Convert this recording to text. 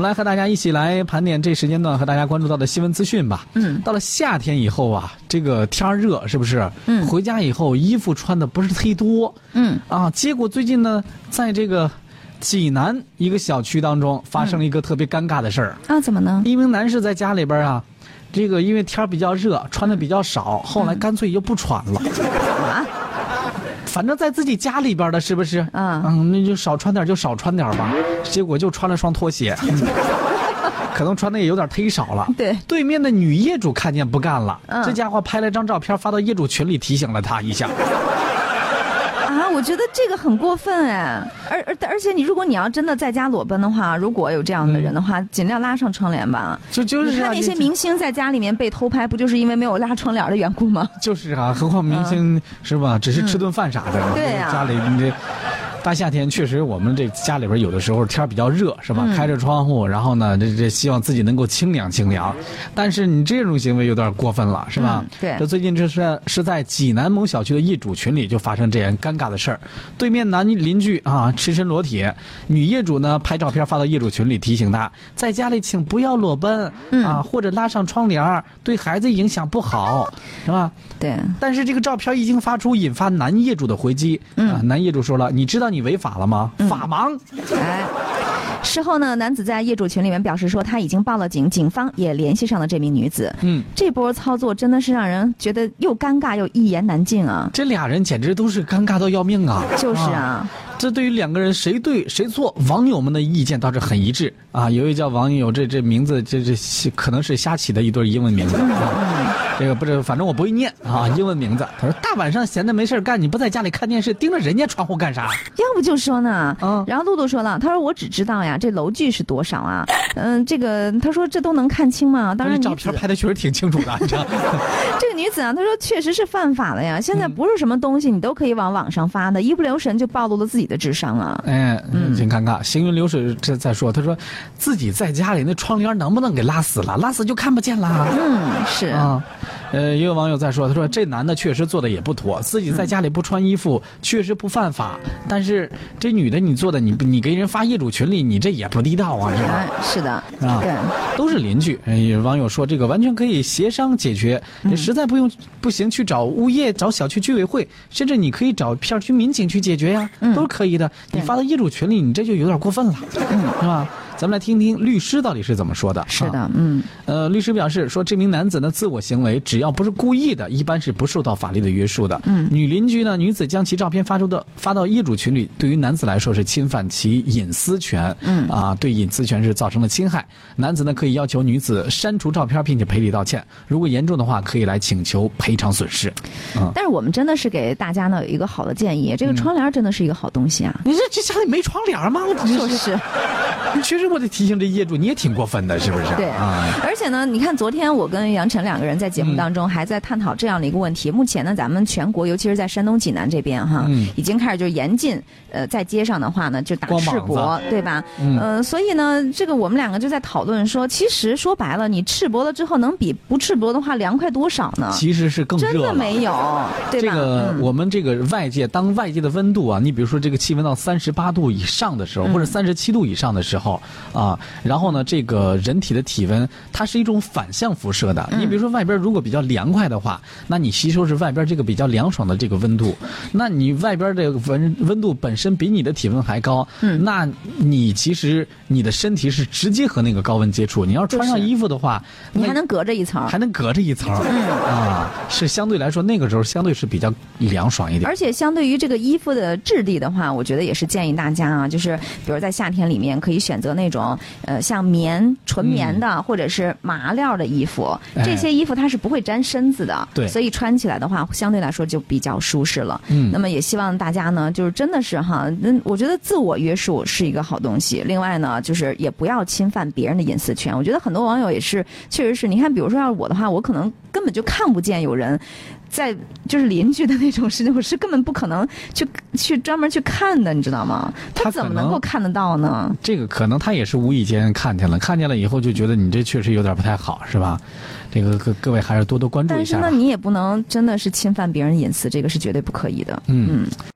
来和大家一起来盘点这时间段和大家关注到的新闻资讯吧。嗯，到了夏天以后啊，这个天儿热是不是？嗯回家以后衣服穿的不是忒多。嗯，啊，结果最近呢，在这个济南一个小区当中发生了一个特别尴尬的事儿。啊，怎么呢？一名男士在家里边啊，这个因为天儿比较热，穿的比较少，嗯后来干脆就不穿了。反正在自己家里边的，是不是？啊嗯，那就少穿点，就少穿点吧。结果就穿了双拖 鞋，可能穿的也有点忒少了。对 对面的女业主看见不干了，嗯这家伙拍了张照片发到业主群里，提醒了他一下。啊，我觉得这个很过分哎，而而而且你如果你要真的在家裸奔的话，如果有这样的人的话，尽量拉上窗帘吧。就嗯就是、啊、你看那些明星在家里面被偷拍，不就是因为没有拉窗帘的缘 故吗？就是啊，何况明星、是吧？只是吃顿饭啥的，嗯对啊呀家里你这大夏天确实，我们这家里边有的时候天儿比较热，是嗯吧？开着窗户，然后呢，这这希望自己能够清凉清凉。但是你这种行为有点过分了，是吧？嗯对这最近这是是在济南某小区的业主群里就发生这样尴尬的事儿，对面男邻居啊赤身裸体，女业主呢拍照片发到业主群里提醒他，在家里请不要裸奔、嗯啊，或者拉上窗帘儿，对孩子影响不好，是吧？对，但是这个照片一经发出，引发男业主的回击。嗯、男业主说了：“你知道你违法了吗？嗯法盲。哎。事后呢，男子在业主群里面表示说他已经报了警，警方也联系上了这名女子。嗯，这波操作真的是让人觉得又尴尬又一言难尽啊！这俩人简直都是尴尬到要命啊！就是啊，这对于两个人谁对谁错，网友们的意见倒是很一致啊。有一位叫网友这这名字这这可能是瞎起的一对英文名字嗯啊，这个不是，反正我不会念啊，英文名字。他说大晚上闲的没事儿干，你不在家里看电视，盯着人家窗户干啥？要不就说呢，嗯然后露露说了，他说我只知道呀，这楼距是多少啊？ 嗯，这个他说这都能看清吗？当但是然，照女片子拍的确实挺清楚的，你知道。” 这个女子啊，她说确实是犯法了呀。现在不是什么东西你都可以往网上发嗯的，一不留神就暴露了自己的智商啊。哎，挺尴尬。行云流水这在说，他说自己在家里那窗帘能不能给拉死了？拉死就看不见啦。嗯，是，啊，呃，也有网友在说，他说这男的确实做的也不妥，自己在家里不穿衣服、确实不犯法，但是这女的你做的你不你给人发业主群里，你这也不地道啊，是吧哎？，是的，啊对。都是邻居。嗯哎有网友说这个完全可以协商解决，你实在不用不行去找物业、找小区居委会，甚至你可以找片区民警去解决呀，都是可以的。你发到业主群里，你这就有点过分了，是吧？咱们来听听律师到底嗯是怎么说的。是啊的，嗯，呃，律师表示说，这名男子呢自我行为只要不是故意的，一般是不受到法律的约束的。嗯，女邻居呢，女子将其照片发出的发到业主群里，对于男子来说是侵犯其隐私权。嗯，啊，对隐私权是造成了侵害。男子呢可以要求女子删除照片，并且赔礼道歉。如果严重的话，可以来请求赔偿损失。嗯，但是我们真的是给大家呢有一个好的建议，这个窗帘真的是一个好东西啊，你这这家里没窗帘吗？我就这是。确实我得提醒这业主，你也挺过分的，是不是？对啊，而且呢，你看昨天我跟杨晨两个人在节目当中还在探讨这样的一个问题。目前呢，咱们全国，尤其是在山东济南这边哈，嗯已经开始就严禁呃在街上的话呢就打光膀赤子膊，对吧？嗯呃，所以呢，这个我们两个就在讨论说，其实说白了，你赤膊了之后能比不赤膊的话凉快多少呢？其实是更热真了。的没有，对这吧？个嗯我们这个外界，当外界的温度啊，你比如说这个气温到三十八度以上的时嗯候，或者三十七度以上的时候啊，然后呢，这个人体的体温它是一种反向辐射的。嗯你比如说外边如果比较凉快的话，那你吸收是外边这个比较凉爽的这个温度，那你外边这个温温度本身比你的体温还高，嗯那你其实你的身体是直接和那个高温接触。你要穿上就是衣服的话，你那还能隔着一层还。能隔着一层儿，啊，是相对来说那个时候相对是比较凉爽一点。而且相对于这个衣服的质地的话，我觉得也是建议大家啊，就是比如在夏天里面可以选择那种呃像棉、纯棉的、或者是麻料的衣服，嗯哎这些衣服它是不会沾身子的，对所以穿起来的话相对来说就比较舒适了。嗯那么也希望大家呢，就是真的是哈，嗯，我觉得自我约束是一个好东西。另外呢，就是也不要侵犯别人的隐私权。我觉得很多网友也是，确实是你看，比如说要是我的话，我可能根本就看不见有人在就是邻居的那种事情，我是根本不可能去 去专门去看的，你知道吗？他他可怎么能能够看得到呢？这个可能他也是无意间看见了，看见了以后就觉得你这确实有点不太好，是吧？这个各各位还是多多关注一但是下吧呢，。你也不能真的是侵犯别人隐私，这个是绝对不可以的。嗯。